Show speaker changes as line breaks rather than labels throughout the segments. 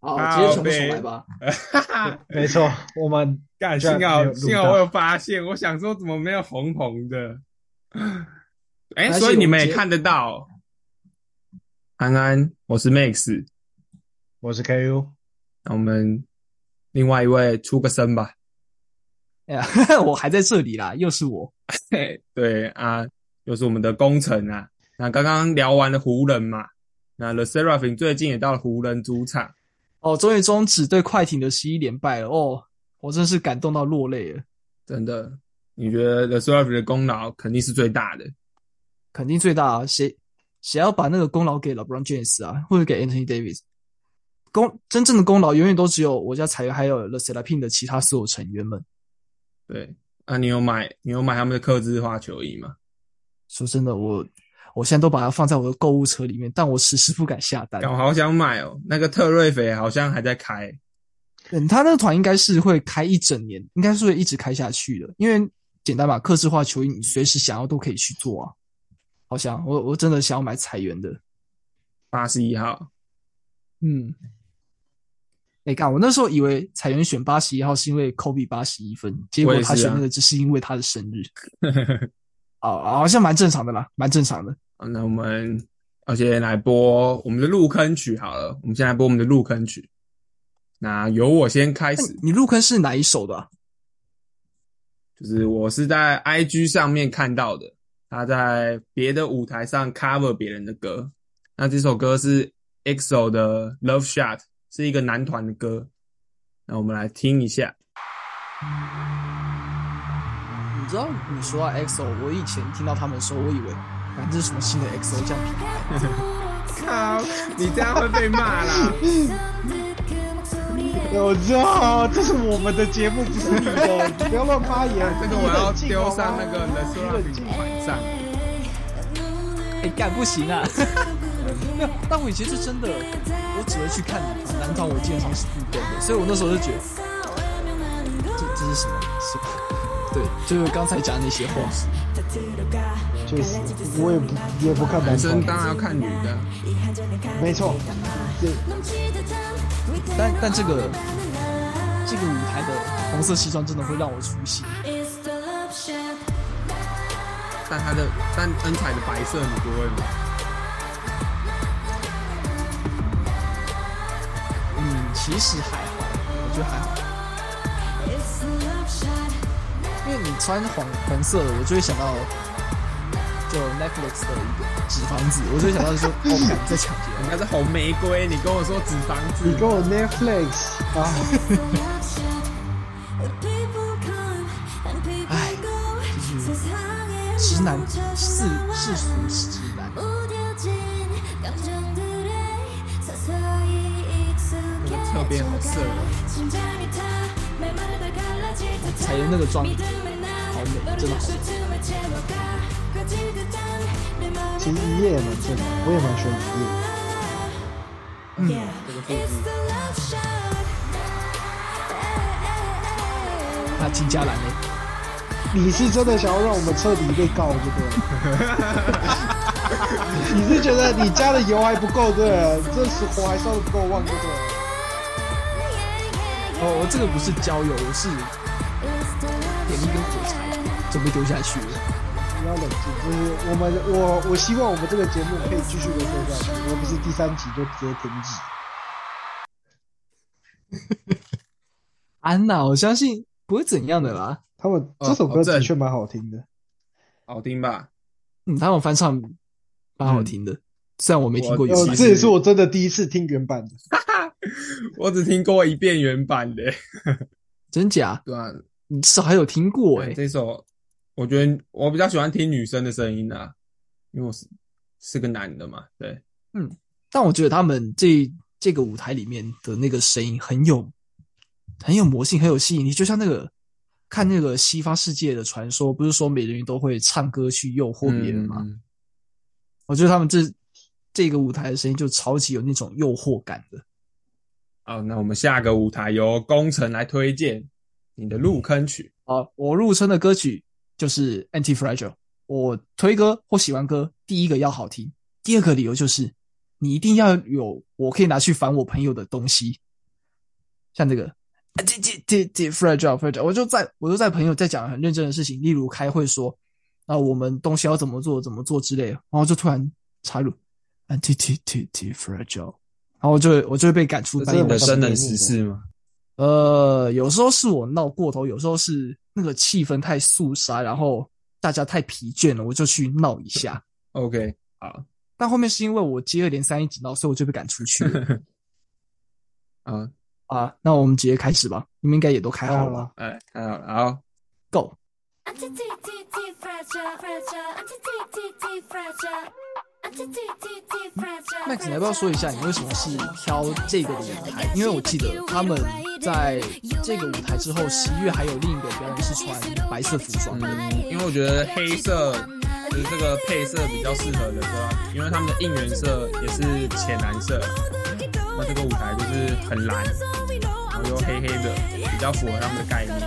哦
要
全部重来
被
吧。
没错，我们
干，
居然
幸好
没有录
幸好我
到
啊有发现，我想说怎么没有红红的？哎，
没关系
所以你
我
们
们
也
接
看得到。安安，我是 Max，
我是 KU，
那我们另外一位出个声吧。
哎呀， 我还在这里啦，又是我。
嘿， 对啊，又是我们的工程啊。那刚刚聊完了湖人嘛，那 The Seraphim 最近也到了湖人主场。
哦，终于终止对快艇的十一连败了。哦，我真是感动到落泪了，
真的，你觉得 The Seraphim 的功劳肯定是最大的。
肯定最大啊！谁谁要把那个功劳给 LeBron James 啊，或者给 Anthony Davis？功真正的功劳永远都只有我家裁员还有 The s e l a p i n 的其他所有成员们。
对，啊，你有买你有买他们的刻字化球衣吗？
说真的，我我现在都把它放在我的购物车里面，但我迟迟不敢下单。
干我好想买哦，那个特瑞肥好像还在开。
嗯，他那个团应该是会开一整年，应该是会一直开下去的，因为简单嘛，客制化球衣你随时想要都可以去做啊。好想我我真的想要买彩源的，
八十一号，
嗯。哎，干！我那时候以为彩源选八十一号是因为 Kobe 八十一分，结
我
果
也
他
是
选
啊
那个只是因为他的生日，哦，好像蛮正常的啦，蛮正常的。
好那我们而且来播我们的入坑曲好了，我们先来播我们的入坑曲。那由我先开
那
始，
你入坑是哪一首的啊、
就是我是在 IG 上面看到的，他在别的舞台上 cover 别人的歌。那这首歌是 EXO 的《Love Shot》，是一个男团的歌。那我们来听一下。
你知道你说到 EXO，我以前听到他们的时候，我以为，反正什么新的 EXO 这样品牌，
靠，你这样会被骂啦！
我知道哎这是我们的节目，不是你的，你不要乱发言。
这个我要丢上那个 The s o r a p 板上。
哎，干不行啊！ 没有，但我以前是真的，我只会去看男团，男团我基本上是不跟的，所以我那时候就觉得，这这是什么？是吧？ 对，就是刚才讲的那些话。
确实，我也不也不看男
男生
生，
当然要看女的，
没错，
但但这个这个舞台的红色西装真的会让我出戏。
但他的但恩彩的白色你不会吗？
嗯，其实还好，我觉得还好，因为你穿黄黄色的，我就会想到就 Netflix 的一个纸房子，我就会想到说，哦，干在抢劫。
人家是红玫瑰，你跟我说纸房
你
子
跟，我 Netflix 啊，
唉，就是直男世世俗直男，
侧边好色哦，
彩的那个妆好美，真的好美。
其实一夜也蛮正的，我也蛮喜欢一夜。
这个腹肌。
那金嘉兰呢？
你是真的想要让我们彻底被告，对不对？ 你是觉得你加的油还不够，对了，这是火还烧的不够旺，对不对？
哦，我这个不是交友，我是点一根火柴，准备丢下去了。
你要冷静，就是我们我我希望我们这个节目可以继续维持下去，而不是第三集就直接停止。
安娜，我相信不会怎样的啦。
他们
哦
这首歌
好正
的确蛮好听的，
好听吧？
嗯，他们翻唱蛮好听的，虽然我没听过一
嗯我
呃，
次。
这也是我真的第一次听原版的。
我只听过一遍原版的，
真假？
对啊，
你至少还有听过哎、
这首我觉得我比较喜欢听女生的声音啊，因为我是是个男的嘛，对，
但我觉得他们这这个舞台里面的那个声音很有很有魔性，很有吸引力，就像那个看那个西方世界的传说，不是说美人鱼都会唱歌去诱惑别人吗？
嗯
我觉得他们这这个舞台的声音就超级有那种诱惑感的。
好，那我们下个舞台由工程来推荐你的入坑曲。
呃
好，我入坑的歌曲就是 Anti Fragile。我推歌或喜欢歌，第一个要好听，第二个理由就是你一定要有我可以拿去烦我朋友的东西。
像这个，啊这这这这 fragile fragile，我就在我就在朋友在讲很认真的事情，例如开会说，啊我们东西要怎么做怎么做之类的，然后就突然插入啊 t t t t fragile，然后我就会我就会被赶出
这
班
是你
我
嗯的
就
生人时事吗？
呃，有时候是我闹过头，有时候是那个气氛太肃杀，然后大家太疲倦了，我就去闹一 下。
OK，好
但后面是因为我接二连三一直闹，所以我就被赶出去 了
啊，
啊。那我们直接开始吧，你们应该也都开好了啊吧
哎，太好了，好，
？Go！
Max，你要不要说一下你为什么是挑这个的舞台？因为我记得他们在这个舞台之后，十一月还有另一个表演是穿白色服装的。
嗯，因为我觉得黑色就是这个配色比较适合人吧，因为他们的应援色也是浅蓝色，那这个舞台就是很蓝，然后又黑黑的，比较符合他们的概念。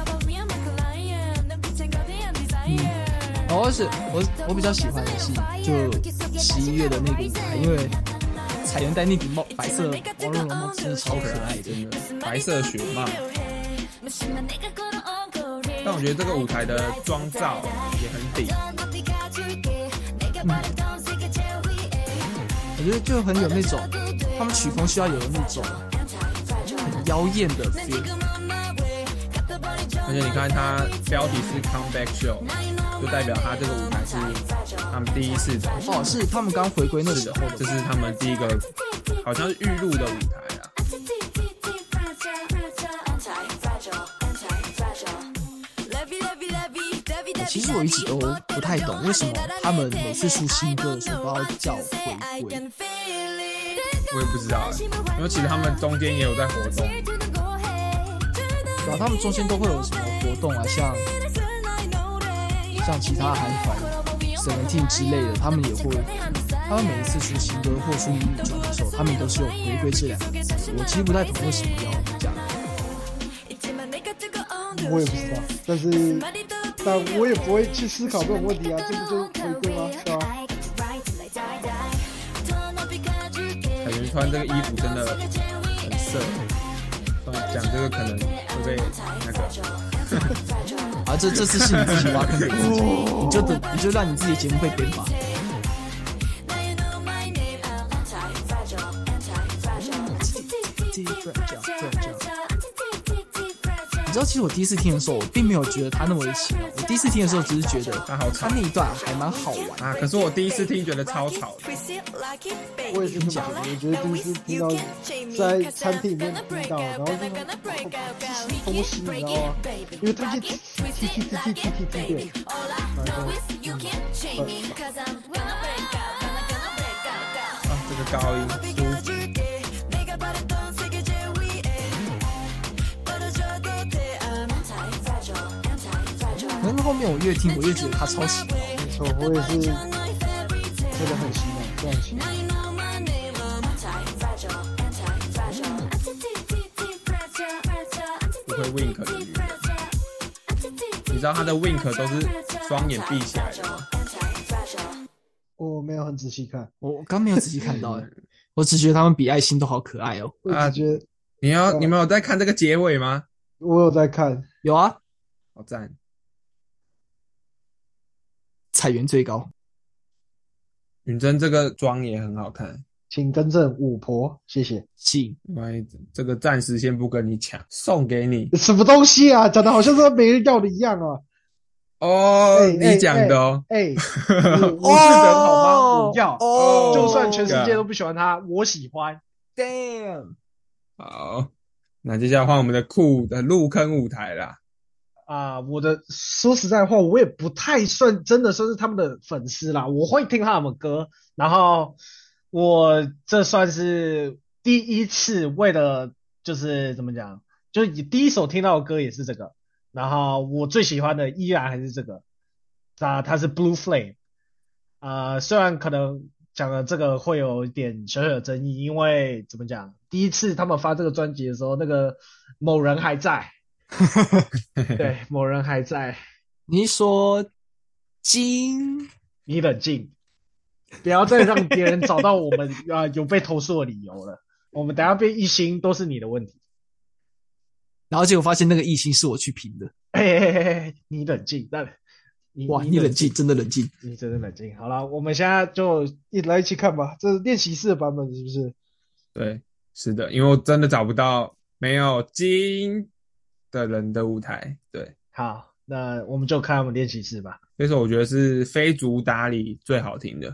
然后哦是啊我我比较喜欢的是就十一月的那个舞台，因为彩莲戴那顶帽白色毛茸茸帽子真的超可爱的。
真的白色雪帽。但我觉得这个舞台的妆造也很顶，
我觉得就很有那种，他们曲风需要有那种很妖艳的 feel。
而且你看它标题是 Comeback Show，就代表它这个舞台是他们第一次的，
哦，是他们刚回归那
是
时
的
候的，
这是他们第一个好像是预录的舞台啊。
其实我一直都不太懂，为什么他们每次出新歌的时候都要叫回归？
我也不知道、欸，因为其实他们中间也有在活动，
啊然后他们中间都会有什么活动啊，像像其他韩团、Seventeen 之类的，他们也会，他们每一次出新歌或出迷你专的时候，他们都是有回归这两个字。我其实不太懂为什么要这样。
我也不知道，但是呃但我也不会去思考这种问题啊，这不就是回归吗？对吧、
感觉穿这个衣服真的很色。讲这个可能会被那个，
啊，这这次是你自己挖坑给自己，你就等，你就让你自己的节目被编吧。你知道，其实我第一次听的时候，我并没有觉得它那么的奇妙。我第一次听的时候，只是觉得
它好吵
啊
它那一段还蛮好 玩的。
啊！可是我第一次听觉得超吵的，
我也是这么觉得，我觉得第一次听到在餐厅里面听到，然后就东西你知道吗？因为他就踢踢踢踢踢踢踢踢的，
啊，这个高音舒服。
然后后面我越听，我越觉得它超奇妙。
没错，我也是真的很喜欢，非常喜欢。
不会 wink 的女人。你知道她的 wink 都是双眼闭起来的吗？
我哦没有很仔细看，
我我刚没有仔细看到， 哎，我只觉得他们比爱心都好可爱哦。
我
啊
只觉得
你要你们有在看这个结尾吗？
我有在看，
有啊，
好赞！
彩源最高，
允真这个妆也很好看，
请更正五婆，谢 谢。
信
万一这个暂时先不跟你抢，送给你
什么东西啊？讲的好像是没人要的一样啊！
哦，
哎
你讲的哦，
哎、我我是人好吗？我要，
哦
就算全世界都不喜欢他，我喜欢。
damn，
好，那接下来换我们的酷的入坑舞台啦。
啊、我的说实在话，我也不太算真的算是他们的粉丝啦。我会听他们歌，然后我这算是第一次为了就是怎么讲，就是第一首听到的歌也是这个，然后我最喜欢的依然还是这个，啊，它是 Blue Flame，啊、虽然可能讲了这个会有一点小小的争议，因为怎么讲，第一次他们发这个专辑的时候，那个某人还在。对，某人还在，
你说金
你冷静，不要再让别人找到我 们啊、有被投诉的理由了。我们等下被一星都是你的问题。
然后结果发现那个艺兴是我去评的，
嘿嘿嘿嘿，你冷静，那你
哇，
你
你冷静，真的冷静。
你真的冷静。好了，我们现在就一来一起看吧，这是练习室的版本是不是？
对，是的，因为我真的找不到没有金的人的舞台，对，
好，那我们就看我们练习室吧。
这首我觉得是非主打里最好听的。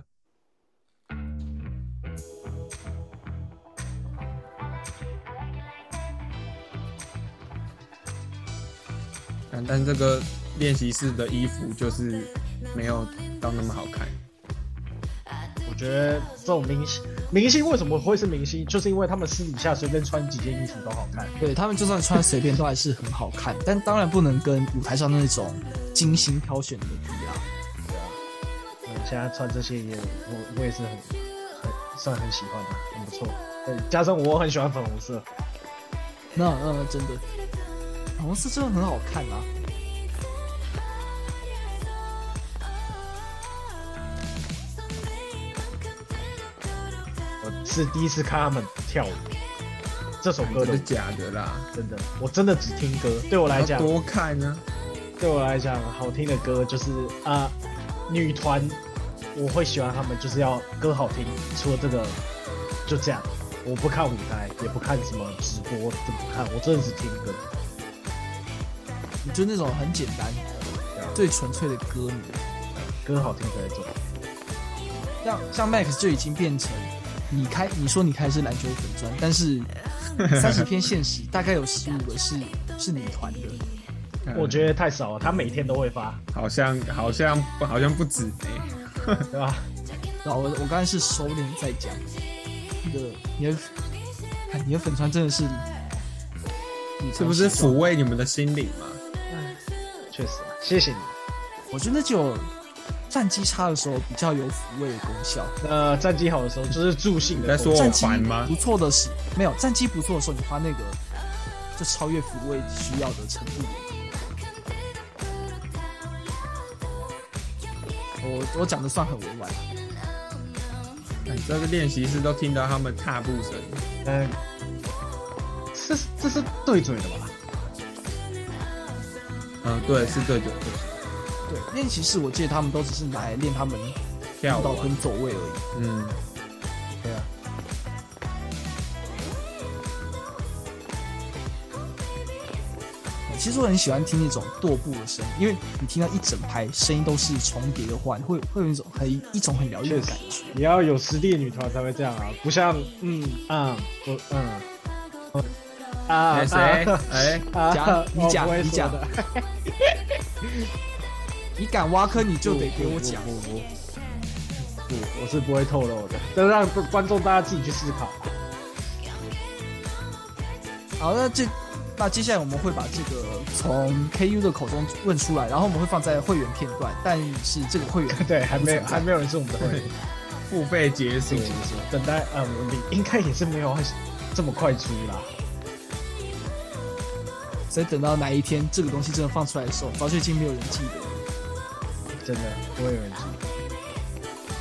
但但这个练习室的衣服就是没有到那么好看，
我觉得这种明星，明星为什么会是明星，就是因为他们私底下随便穿几件衣服都好看。
对他们就算穿随便都还是很好看，但当然不能跟舞台上那种精心挑选的比啊。
嗯，现在穿这些也，我我也是很很算很喜欢的，很不错。对，加上我很喜欢粉红色，
那那真的，粉红色真的很好看啊。
我是第一次看他们跳舞。这首歌
真
的
的假的啦？
真的，我真的只听歌。对我来
要啊
讲，
多看呢、
对我来讲，好听的歌就是啊、女团，我会喜欢她们，就是要歌好听。除了这个，就这样。我不看舞台，也不看什么直播，都不看，我真的只听歌。
你就那种很简单、最纯粹的歌迷，
歌好听才重要。
像像 Max 就已经变成你开，你说你开的是篮球粉砖，但是三十篇现实大概有十五个是是女团的，
啊，
我觉得太少了，他每天都会发，
得嗯好像好像好像不止哎、
对吧？
然啊后我我刚才是收敛在讲，你的你的看你的粉砖真的是女团
是不是
时装
抚慰你们的心灵嘛？
确实，谢谢你。
我觉得只有战绩差的时候比较有抚慰的功效。
那战绩好的时候就是助兴
你
的
在
功
说
能。
我
战绩
烦吗
不？错的时没有战绩不错的时候，你发那个就超越抚慰需要的程度。我我讲的算很委婉，啊
你嗯这个练习室都听到他们踏步声，
嗯，这是这是对嘴的吧？
嗯，对，是对对
对练习室我记得他们都只是拿来练他们
对，跳
舞蹈
舞啊，
跟走位而已。
嗯，
对啊。
其实我很喜欢听那种跺步的声音，因为你听到一整排声音都是重叠的话，你会会有一种很一种很疗愈的感觉。
也要有实力的女团才会这样啊，不像嗯啊不嗯嗯啊
哎谁
啊？
哎，
啊
讲你
我
讲
不会
你
说
讲
的
你敢挖坑，你就得给我
不
讲。
不不不，不我是不会透露的，这让观众大家自己去思 考。
好，那这那接下来我们会把这个从 KU 的口中问出来，然后我们会放在会员片段，但是这个会 员
对，还没有还没有人是我们的会员，
付费解锁
对，等待啊，我们应该也是没有这么快出啦。
所以等到哪一天这个东西真的放出来的时候，早就已经没有人记得了。
真的不会有人记得。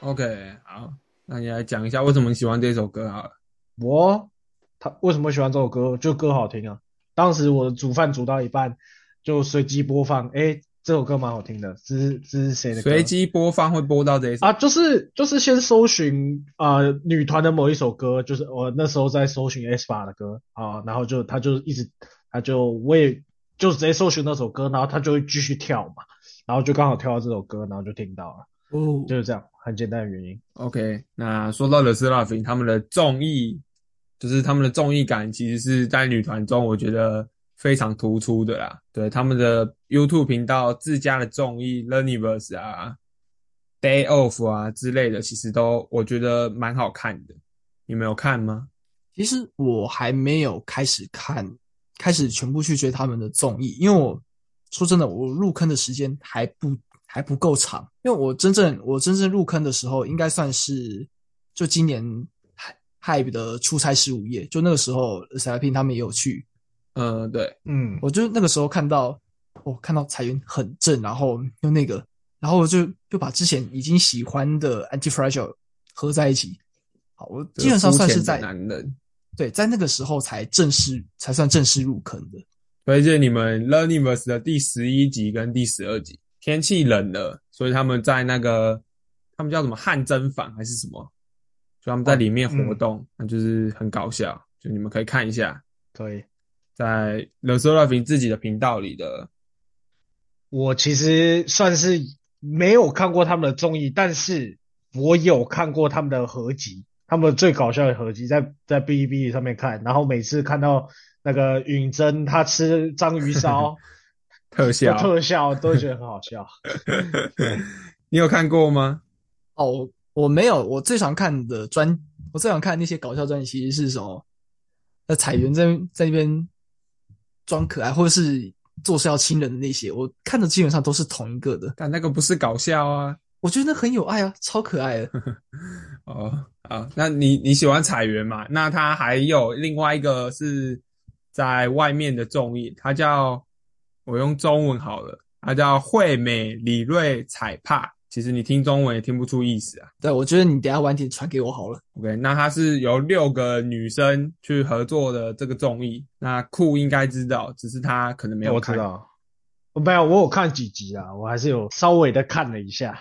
，OK，好，那你来讲一下为什么你喜欢这首歌好了，
我他为什么喜欢这首歌？就歌好听啊！当时我煮饭煮到一半，就随机播放，哎，这首歌蛮好听的，这是这是谁的歌？
随机播放会播到这一首，
啊，就是就是先搜寻啊、呃女团的某一首歌，就是我那时候在搜寻 S 八的歌啊，然后就他就一直他就我也就直接搜寻那首歌，然后他就会继续跳嘛，然后就刚好跳到这首歌，然后就听到了，
哦
就是这样，很简单的原因。
OK，那说到 The s l o v i n 他们的综艺，就是他们的综艺感，其实是在女团中我觉得非常突出的啦。对他们的 YouTube 频道自家的综艺《Luniverse》啊、《Day Off》啊之类的，其实都我觉得蛮好看的。你们有看吗？
其实我还没有开始看，开始全部去追他们的综艺，因为我说真的，我入坑的时间还不还不够长，因为我真正我真正入坑的时候，应该算是就今年 Hype 的出差十五夜，就那个时候 s i p 他们也有去，
嗯，对，
嗯，
我就那个时候看到，我、看到彩云很正，然后又那个，然后我就就把之前已经喜欢的 Anti Fragile 合在一起，好，我基本上算是
肤
在
浅的男人。
对在那个时候才正式才算正式入坑的。
推荐你们《Learniverse》的第十一集跟第十二集。天气冷了，所以他们在那个他们叫什么汗蒸房还是什么，就他们在里面活动，那就是很搞笑，就你们可以看一下，
可以。
在 The s o l a f i n 自己的频道里的。
我其实算是没有看过他们的综艺，但是我有看过他们的合集，他们最搞笑的合集在在哔哩哔哩上面看，然后每次看到那个允珍她吃章 鱼烧
特
的
效，
特效，都会觉得很好笑。
你有看过吗？
哦，我我没有，我最常看的专，我最常看的那些搞笑专辑其实是什么？那彩云在在那边装可爱，或者是做事要亲人的那些，我看的基本上都是同一个的。
但那个不是搞笑啊。
我觉得那很有爱啊，超可爱的。
哦，啊，那你你喜欢彩云嘛？那他还有另外一个是在外面的综艺，他叫我用中文好了，他叫惠美李瑞彩帕。其实你听中文也听不出意思啊。
对，我觉得你等一下晚点传给我好了。
OK，那它是由六个女生去合作的这个综艺，那酷应该知道，只是他可 能没有
哦我
看
知，道，我没有，我有看几集啊，我还是有稍微的看了一下。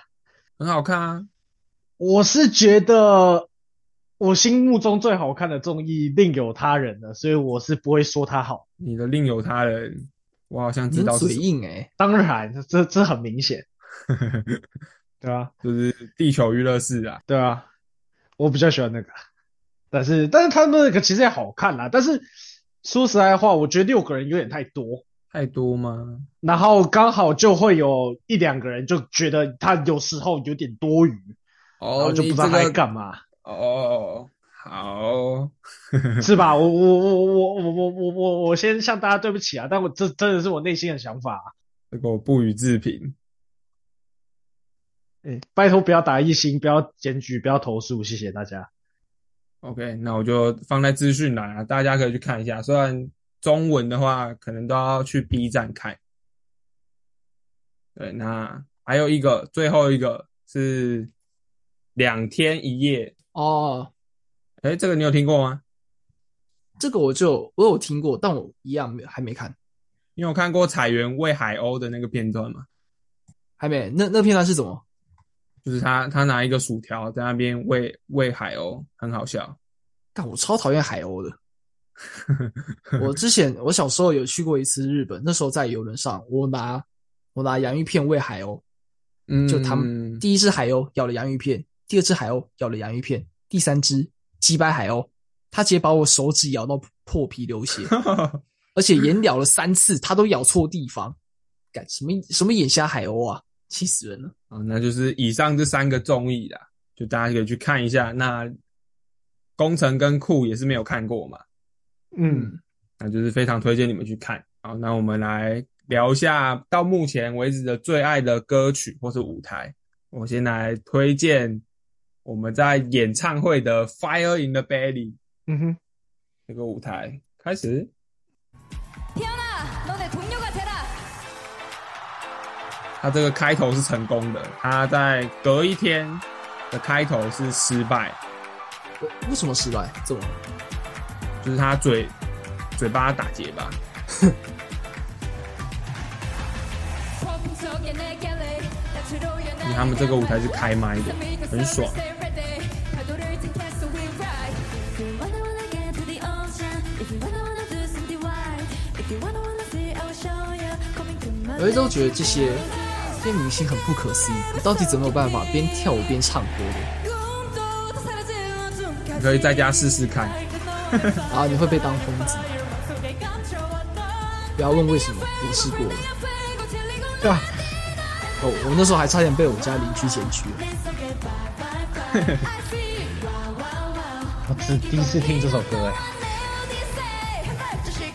很好看啊。
我是觉得我心目中最好看的综艺另有他人了，所以我是不会说它好。
你的另有他人，我好像知
你
道是
嘴
什么，
硬欸诶、
当然，这这很明显， 对吧、
就是地球娱乐室啊。
对啊，我比较喜欢那个，但是但是他那个其实也好看啦，但是说实在话，我觉得六个人有点太多，
太多吗？
然后刚好就会有一两个人就觉得他有时候有点多余，然
哦，
后就不
你
知道
这
他在
个
干嘛，
哦，好，
是吧？我我我我我我我我我先向大家对不起啊，但我这真的是我内心的想法啊、
这个我不予置评。
拜托不要打一星，不要检举，不要投诉，谢谢大家。
OK，那我就放在资讯栏啊，大家可以去看一下。虽然中文的话，可能都要去 B 站看。对，那还有一个，最后一个是两天一夜。
哦，
哎，这个你有听过吗？
这个我就我有听过，但我一样没还没看，
你有看过彩原喂海鸥的那个片段吗？
还没。那那片段是什么？
就是他他拿一个薯条在那边喂喂海鸥，很好笑。
但我超讨厌海鸥 的。我之前我小时候有去过一次日本，那时候在游轮上，我拿我拿洋芋片喂海鸥，
嗯，
就他 们第一只海鸥咬了洋芋片，第二只海鸥咬了洋芋片，第三只击败海鸥，它直接把我手指咬到破皮流 血，而且连咬了三次，它都咬错地方，干什么什么眼瞎海鸥啊，气死人了！
啊，那就是以上这三个综艺啦，就大家可以去看一下。那工程跟酷也是没有看过嘛，
嗯，
那就是非常推荐你们去看。好，那我们来聊一下到目前为止的最爱的歌曲或是舞台。我先来推荐我们在演唱会的《Fire in the Belly》
嗯哼，
这个舞台开始。
태연아, 너 내 동료가 되라.
他这个开头是成功的，他在隔一天的开头是失败，
为为什么失败？怎么了？
就是他嘴嘴巴打结吧。
你
他们这个舞台是开麦的，
很爽。
有一周觉得这些这些明星很不可思议，你到底怎么有办法边跳舞边唱歌的？
你可以在家试试看。
啊，你会被当疯子。不要问为什么，我试过了。
对啊，
哦，我那时候还差点被我家邻居检举了。
我只第一次听这首歌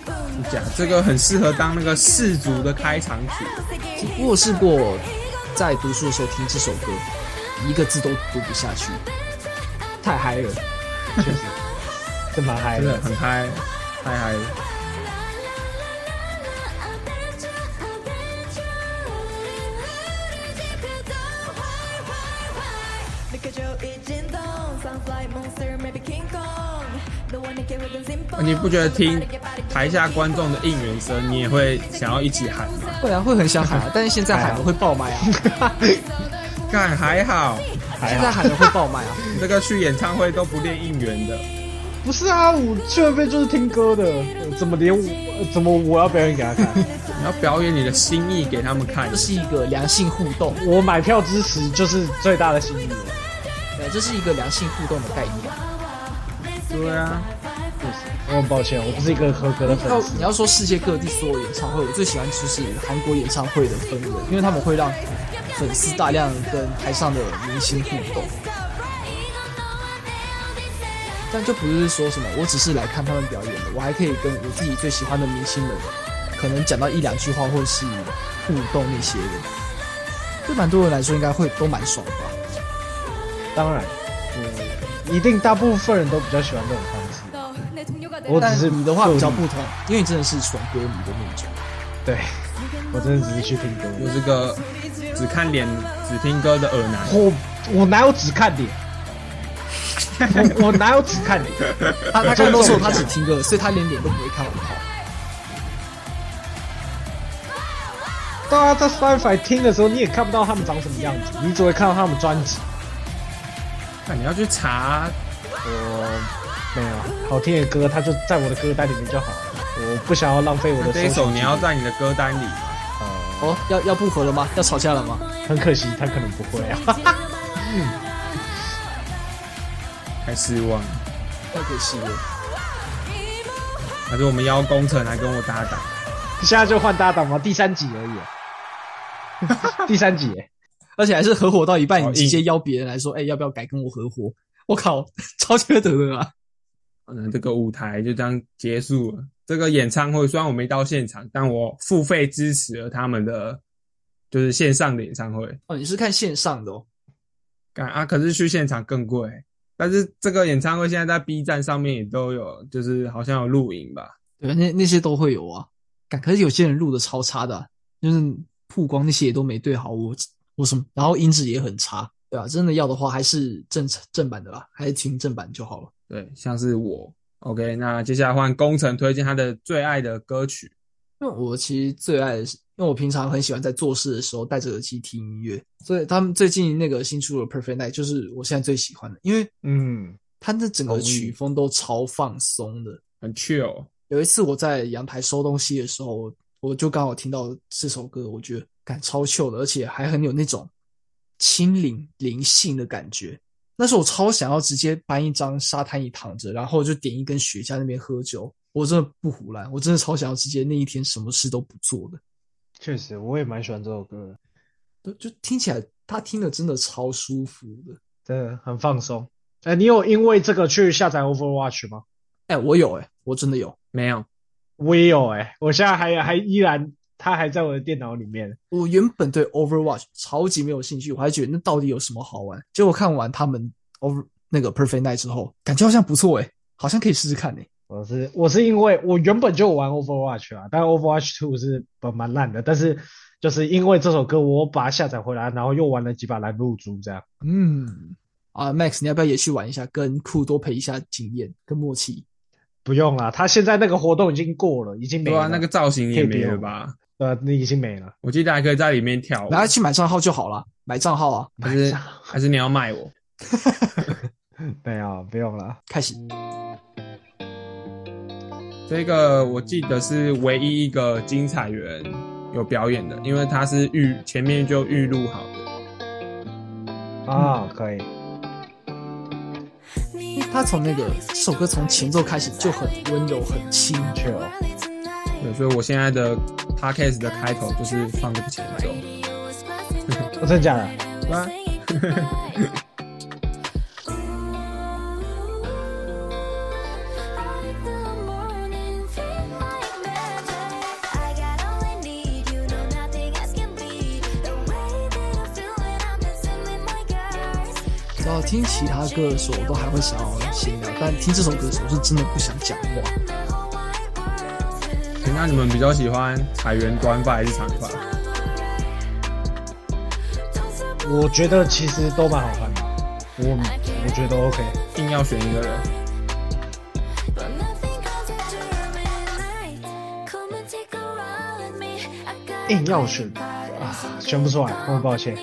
哎、
讲这个很适合当那个氏族的开场曲，
我有试过在读书的时候听这首歌，一个字都读不下去，太嗨了。
确 实是蛮嗨
真的
的。
很嗨，太嗨了。
느껴져 이 진동
你不觉得听台下观众的应援声，你也会想要一起喊吗？
会啊，会很想喊啊，但是现在喊了会爆麦啊，
看还好，
现在喊了会爆麦啊。
这个去演唱会都不练应援的，
不是啊，我去那边就是听歌的，呃怎么连我、呃怎么我要表演给他看？
你要表演你的心意给他们看
这。是一个良性互动，
我买票支持就是最大的心意了。
呃，这是一个良性互动的概念。啊
对啊，
我哦很抱歉，我不是一个合格的
要
粉丝
你。要说世界各地所有演唱会，我最喜欢就是韩国演唱会的氛围，因为他们会让粉丝大量跟台上的明星互动。但就不是说什么，我只是来看他们表演的，我还可以跟我自己最喜欢的明星们，可能讲到一两句话，或是互动那些的，对蛮多人来说应该会都蛮爽的吧。
当然，嗯，一定大部分人都比较喜欢这种方式。我
但
只是
你的话比较
就
不同，因为你真的是纯歌迷的那种。
对，我真的只是去听歌。
有这个只看脸只听歌的耳男，
我我哪有只看脸？ 我我哪有只看脸？
他他刚刚都说他只听歌，所以他连脸都不会看我好。
大家在 Spotify 听的时候，你也看不到他们长什么样子，你只会看到他们专辑。
看你要去查，
我呃没有好听的歌，它就在我的歌单里面就好了。我不想要浪费我
那
的
这一
搜
首
寻
你
记
要
录
在你的歌单里。
哦，要要不和了吗？要吵架了吗？
很可惜，他可能不会啊。
太失望了，
太可惜了。
还是我们邀工程来跟我搭档？
现在就换搭档嘛，第三集而已啊。第三集耶，
而且还是合伙到一半，
好
你
硬
直接邀别人来说，哎、要不要改跟我合伙？我靠，超缺德的啊！
嗯，这个舞台就这样结束了。这个演唱会虽然我没到现场，但我付费支持了他们的就是线上的演唱会。
哦，你是看线上的哦？
干啊，可是去现场更贵。但是这个演唱会现在在 B 站上面也都有，就是好像有录影吧。
对，啊那那些都会有啊。感可是有些人录的超差的啊、就是曝光那些也都没对好，我我什么，然后音质也很差，对啊，真的要的话还是正正版的啦，还是听正版就好了。
对，像是我。OK，那接下来换工程推荐他的最爱的歌曲。
因为我其实最爱的是，因为我平常很喜欢在做事的时候戴着耳机听音乐，所以他们最近那个新出的《Perfect Night》就是我现在最喜欢的，因为
嗯，
它那整个
同意
曲风都超放松的。
很 chill，
有一次我在阳台收东西的时候，我就刚好听到这首歌，我觉得感超秀的，而且还很有那种清灵灵性的感觉。那时候我超想要直接搬一张沙滩椅躺着，然后就点一根雪茄在那边喝酒。我真的不胡乱，我真的超想要直接那一天什么事都不做的。
确实，我也蛮喜欢这首歌的，
对，就听起来他听的真的超舒服的。
真的很放松。哎、你有因为这个去下载 Overwatch 吗？
哎、我有哎、我真的有。
没有
我也有哎、我现在还还依然，它还在我的电脑里面。
我原本对 Overwatch 超级没有兴趣，我还觉得那到底有什么好玩？结果看完他们 Over 那个 Perfect Night 之后，感觉好像不错诶、好像可以试试看诶、欸
我是我是因为我原本就有玩 Overwatch 啊，但 Overwatch Two 是蛮蛮烂的，但是就是因为这首歌，我把它下载回来，然后又玩了几把蓝露珠这样。
嗯，啊，Max，你要不要也去玩一下，跟酷多培一下经验跟默契？
不用啦，他现在那个活动已经过了，已经没
对
了。
啊，那个造型也没了吧？
呃，那已经没了。
我记得还可以在里面跳舞，
然后去买账号就好了，买账号啊，
还是
买
还是你要卖我？
没有，啊不用了。
开始。
这个我记得是唯一一个金彩园有表演的，因为它是预前面就预录好的。
啊、
嗯
可以。
他从那个这首歌从前奏开始就很温柔很轻，
Chill
对，所以我现在的 podcast 的开头就是放这个前奏。
哦真的假的？
啊，
然后听其他歌的时候我都还会想要闲聊，但听这首歌的时候我是真的不想讲话。
那你们比较喜欢彩园短发还是长发？
我觉得其实都蛮好看的。我我觉得 OK。
硬要选一个人，
硬要选啊，选不出来，我很抱歉，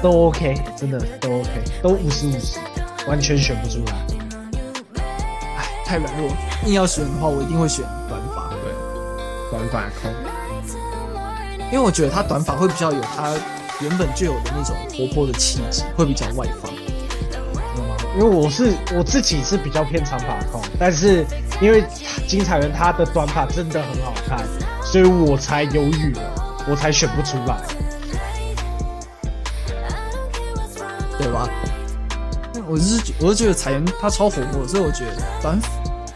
都
都
OK，真的都 OK，都五十五十，完全选不出来。
哎，太软弱。硬要选的话，我一定会选短发，
对，短发控，
因为我觉得他短发会比较有他原本就有的那种活泼的气质，会比较外放。
因为我是我自己是比较偏长发控，但是因为金彩媛她的短发真的很好看，所以我才犹豫了，我才选不出来。
对吧？我是觉我是觉得彩妍她超活泼，所以我觉得短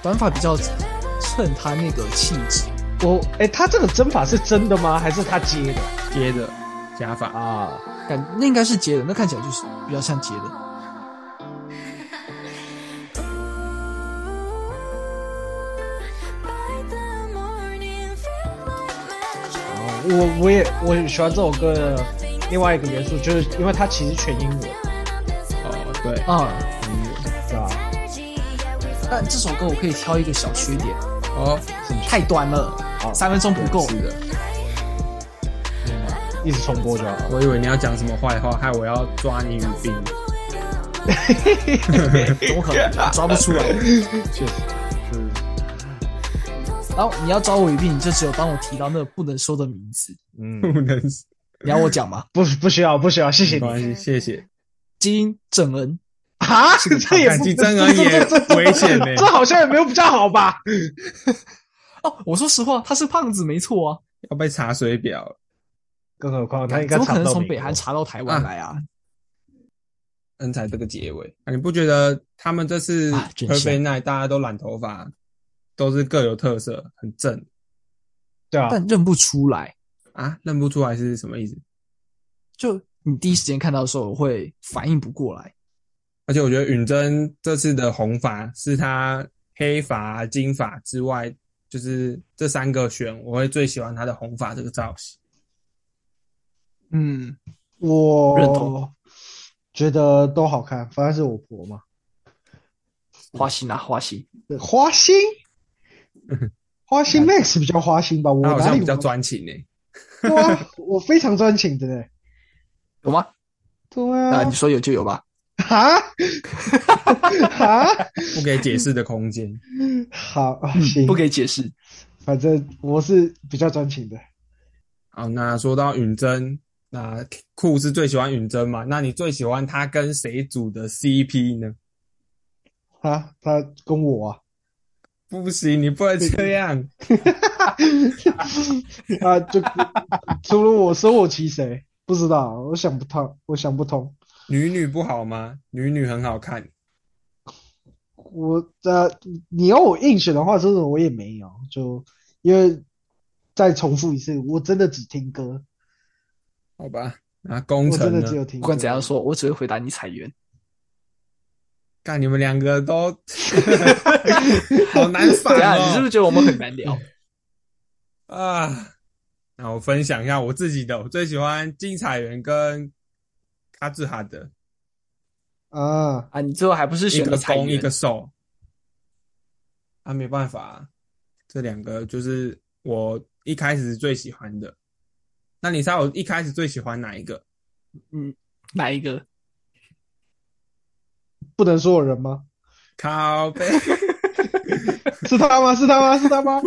短发比较衬她那个气质。
我哎，她这个真发是真的吗？还是她接的
接着假发，
啊？
感那应该是杰的，那看起来就是比较像杰的。
哦我我也我很喜欢这首歌的另外一个元素，就是因为它其实全英文，
哦，对，
啊。
是吧？
但这首歌我可以挑一个小缺点，
哦，
太短了，三分钟不够。
是的，
一直重播就好 了。
我以为你要讲什么坏话，害我要抓你语 病，
怎么可能抓不出来？
确实，嗯，
然后你要抓我一遍，你就只有帮我提到那个不能说的名字。
嗯，
不能，
你要我讲吗？
不不需要不需要，谢 谢
没
你
关系，谢谢。
金正恩，
啊， 这也
感
不
激真人也危险呢、
这好像也没有比较好吧？
哦，我说实话，他是胖子没错啊，
要被查水表了。
更何况他应该
哎怎么
查
可能
到
从
美
北
国
韩查到台湾来啊？
恩才这个结尾、啊，你不觉得他们这次
啊真
Perfect
香
Night 大家都染头发，都是各有特色，很正
对啊，
但认不出来。
啊？认不出来是什么意思？
就你第一时间看到的时候，我会反应不过来。
而且我觉得允真这次的红发是她黑发、啊金发之外，就是这三个选，我会最喜欢她的红发这个造型。
嗯，
我
认同
觉得都好看，反正是我婆嘛。
花心啊，花心，
对 花心，花心 Max 比较花心吧，我
她好
哪
像
里
比较
有
专情欸呢、
对啊，我非常专情的呢。
有吗？
对
啊，
啊
你，说有就有吧。
啊啊，
不给解释的空间。
好啊，
嗯
行
嗯不，给解释。
反正我是比较专情的。
好，那说到允真，那酷是最喜欢允真嘛？那你最喜欢她跟谁组的 CP 呢？
啊，他跟我啊，
不行，你不能这样。
啊，就除了我，生我其谁？不知道，我想不通，我想不通。
女女不好吗？女女很好看，
我呃，你要我硬选的话，真的我也没有，就因为再重复一次，我真的只听歌，
好吧？那工
我
程
真
啊
的
呢
只？有听
不
歌。
管怎样说，我只会回答你彩原。
看你们两个 都好难反
对啊，
哦。
你是不是觉得我们很难聊？
嗯
啊，那我分享一下我自己的，我最喜欢金彩媛跟卡兹哈的，
啊，
啊，你最后还不是
一
选
个
了彩
攻一
原
个？受。啊，没办法，这两个就是我一开始最喜欢的。那你猜我一开始最喜欢哪一个？
嗯，哪一个？
不能说我人吗？
靠背，
是他吗？是他吗？是他吗？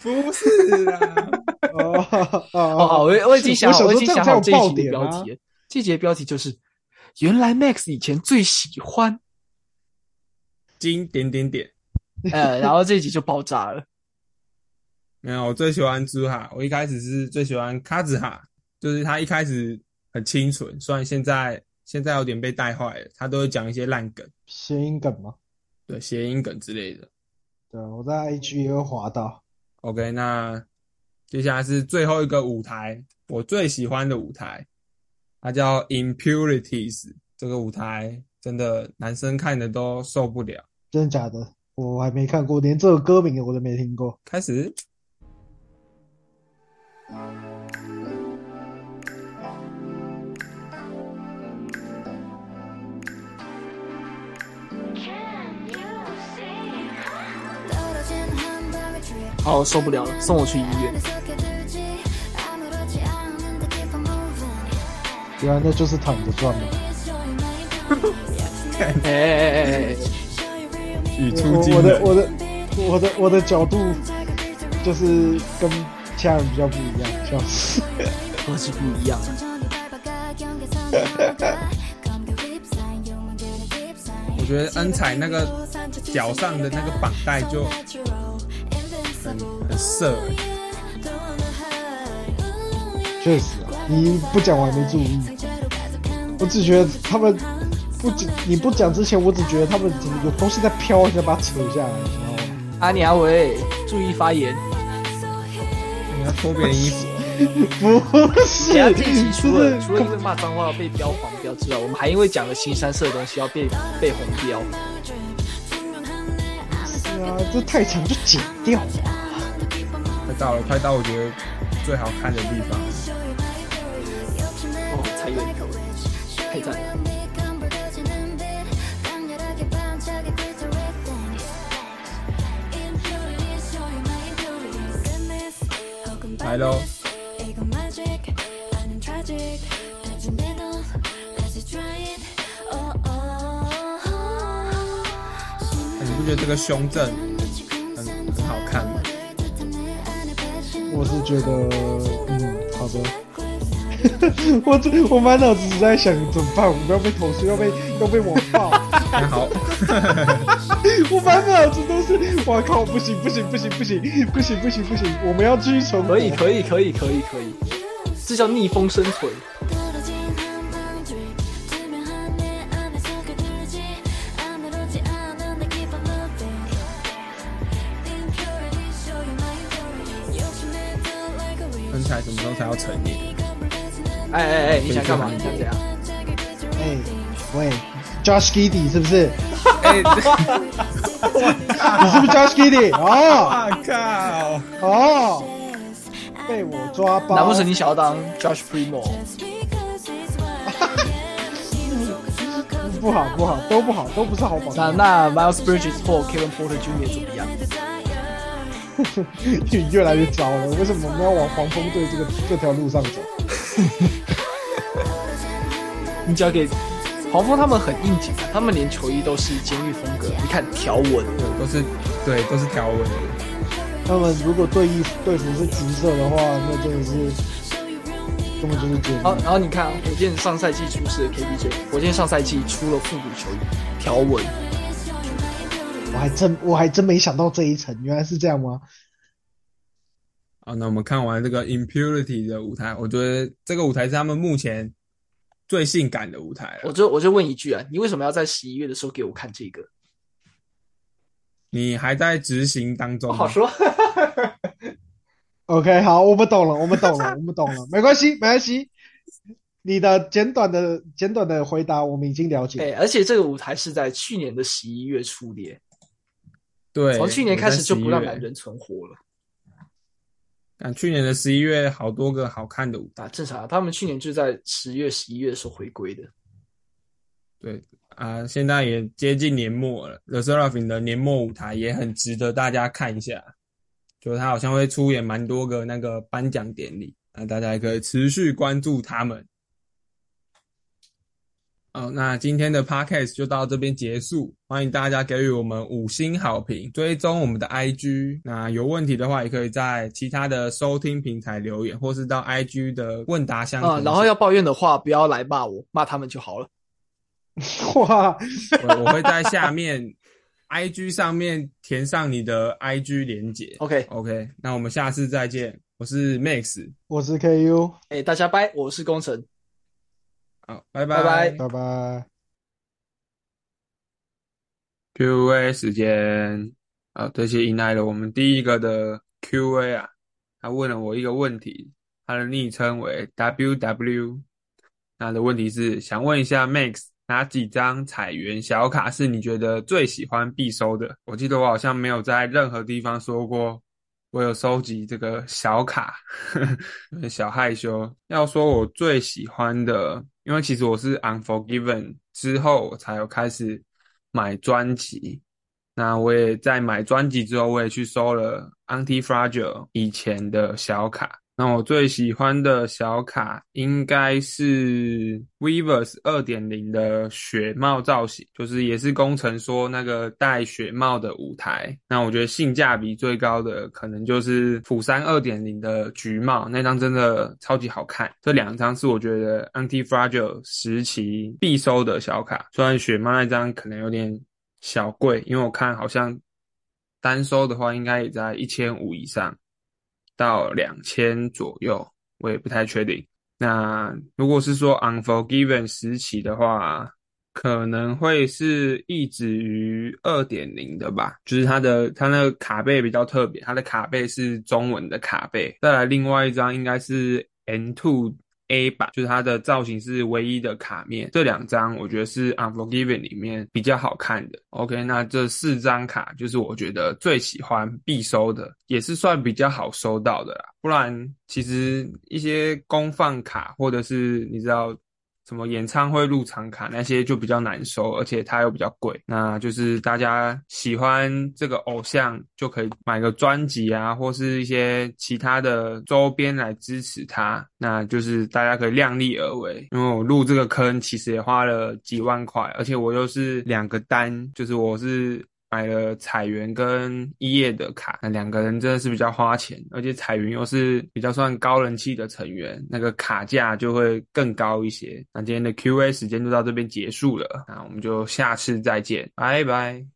不是啊啦。
哦哦
哦，好，
哦，
我我已经想好，
我
我
想
已经
说这
想
样才
好
有
这一集
爆
的
点
标
啊！
题了。这集的标题就是：原来 Max 以前最喜 欢，
金点点点，
呃，然后这一集就爆炸了。
没有，我最喜欢朱哈。我一开始是最喜欢卡子哈，就是他一开始很清纯，虽然现在现在有点被带坏了，他都会讲一些烂梗，
谐音梗吗？
对谐音梗之类的。
对，啊我在 IG 也会滑到。
OK，那接下来是最后一个舞台，我最喜欢的舞台，它叫 Impurities。这个舞台真的男生看的都受不了。
真的假的？我还没看过，连这个歌名我都没听过。
开始，
好受不了了，送我去医院。
原来那就是躺着赚嘛。
哎哎哎哎哎，
语出
我
惊
我的
人。
我的我的我的角度就是跟其他人比较不一样，笑死。
逻辑不一样。
我觉得恩彩那个脚上的那个绑带就很很色、欸，
确实啊，你不讲我还没注意，我只觉得他们不讲你不讲之前，我只觉得他们怎么有东西在飘，想把它扯下来，你知道吗？
阿尼阿维，注意发言。
你要脱别人衣服，
不
等
是，
一下这一集除了
就是
除了因为骂脏话被标黄标之外，我们还因为讲了新三色的东西要被被红标。
哦是啊，这太长就剪掉。
快到了，快到我觉得最好看的地方。
哦，才有头，太赞了！
来喽，欸你不觉得这个胸正很很好看吗？
我是觉得，嗯，好的。 我这我满脑子只在想怎么办，我不要被投诉，要被要被网暴。
还哎好，
我满脑子都是，哇靠，不行不行不行不行不行不行不行，我们要继续存活。
可以，可以，可以，可以，可以，这叫逆风生存。
恩彩什么时候才要成年？
哎哎哎，你想干嘛？你想怎样？
哎、喂，Josh Giddy 是不是？
哎、
你是不是 Josh Giddy？哦
哇靠！
哦，被我抓包。
难不成你想要当 Josh Primo？
嗯不好不好都不好都不是好榜
那
样？
那 Miles Bridges 或 Kevin Porter Jr. 怎么样？
你越来越糟了，为什么我们要往黄蜂队这个这条路上走？
你只要给黄蜂他们很应景啊，他们连球衣都是监狱风格。你看条纹，
都是对，都是条纹的。
他们如果对衣队服是橘色的话，那真的是根本就是绝
好，
命。
然后你看啊，火箭上赛季出示的 KPJ，火箭上赛季出了复古球衣条纹，
我还真我还真没想到这一层，原来是这样吗？
好，那我们看完这个 Impurity 的舞台，我觉得这个舞台是他们目前最性感的舞台
我
了。
就我就问一句啊，你为什么要在十一月的时候给我看这个？
你还在执行当中
不哦
吗，
好说，
OK，好，我们懂了，我们懂了，我们懂了，没关系，没关系。你的简短的简短的回答我们已经了解。
哎，而且这个舞台是在去年的十一月初的耶，
对，
从去年开始就不让
我在11月
男人存活了
啊，去年的十一月好多个好看的舞台，
啊，正常啊，他们去年就在十月、十一月的时候回归的。
对啊，现在也接近年末了，The Seraphim 的年末舞台也很值得大家看一下，就是他好像会出演蛮多个那个颁奖典礼，那大家也可以持续关注他们。好，那今天的 podcast 就到这边结束，欢迎大家给予我们五星好评，追踪我们的 IG。那有问题的话，也可以在其他的收听平台留言，或是到 IG 的问答箱
啊、
填
然后
写
要抱怨的话，不要来骂我，骂他们就好了。
哇，
我我会在下面 IG 上面填上你的 IG 连接。
OK，
OK，那我们下次再见。我是 Max，
我是 KU，
哎，大家拜，我是工程。
好，拜
拜拜
拜拜。
Q&A 时间，啊，这些迎来了我们第一个的 Q&A 啊，他问了我一个问题，他的昵称为 WW，他的问题是想问一下 Max，哪几张彩员小卡是你觉得最喜欢必收的？我记得我好像没有在任何地方说过，我有收集这个小卡， 有点小害羞。要说我最喜欢的，因为其实我是 Unforgiven 之后我才有开始买专辑，那我也在买专辑之后，我也去收了 Anti Fragile 以前的小卡。那我最喜欢的小卡应该是 Weavers 二点零的雪帽造型，就是也是工程说那个戴雪帽的舞台。那我觉得性价比最高的可能就是釜山二点零的橘帽，那张真的超级好看。这两张是我觉得 Anti Fragile 时期必收的小卡，虽然雪帽那张可能有点小贵，因为我看好像单收的话应该也在一千五以上。到两千左右，我也不太确定。那如果是说 Unforgiven 时期的话，可能会是一直于二点零的吧，就是它的它那个卡背比较特别，它的卡背是中文的卡背。再来另外一张应该是 N Two A 版，就是它的造型是唯一的卡面。这两张我觉得是 Unforgiven 里面比较好看的。OK，那这四张卡就是我觉得最喜欢必收的，也是算比较好收到的啦。不然其实一些公放卡或者是你知道。什么演唱会入场卡那些就比较难收，而且它又比较贵。那就是大家喜欢这个偶像，就可以买个专辑啊，或是一些其他的周边来支持他。那就是大家可以量力而为，因为我入这个坑其实也花了几万块，而且我又是两个单，就是我是。买了彩云跟一叶的卡，那两个人真的是比较花钱，而且彩云又是比较算高人气的成员，那个卡价就会更高一些。那今天的 Q&A 时间就到这边结束了，那我们就下次再见，拜拜。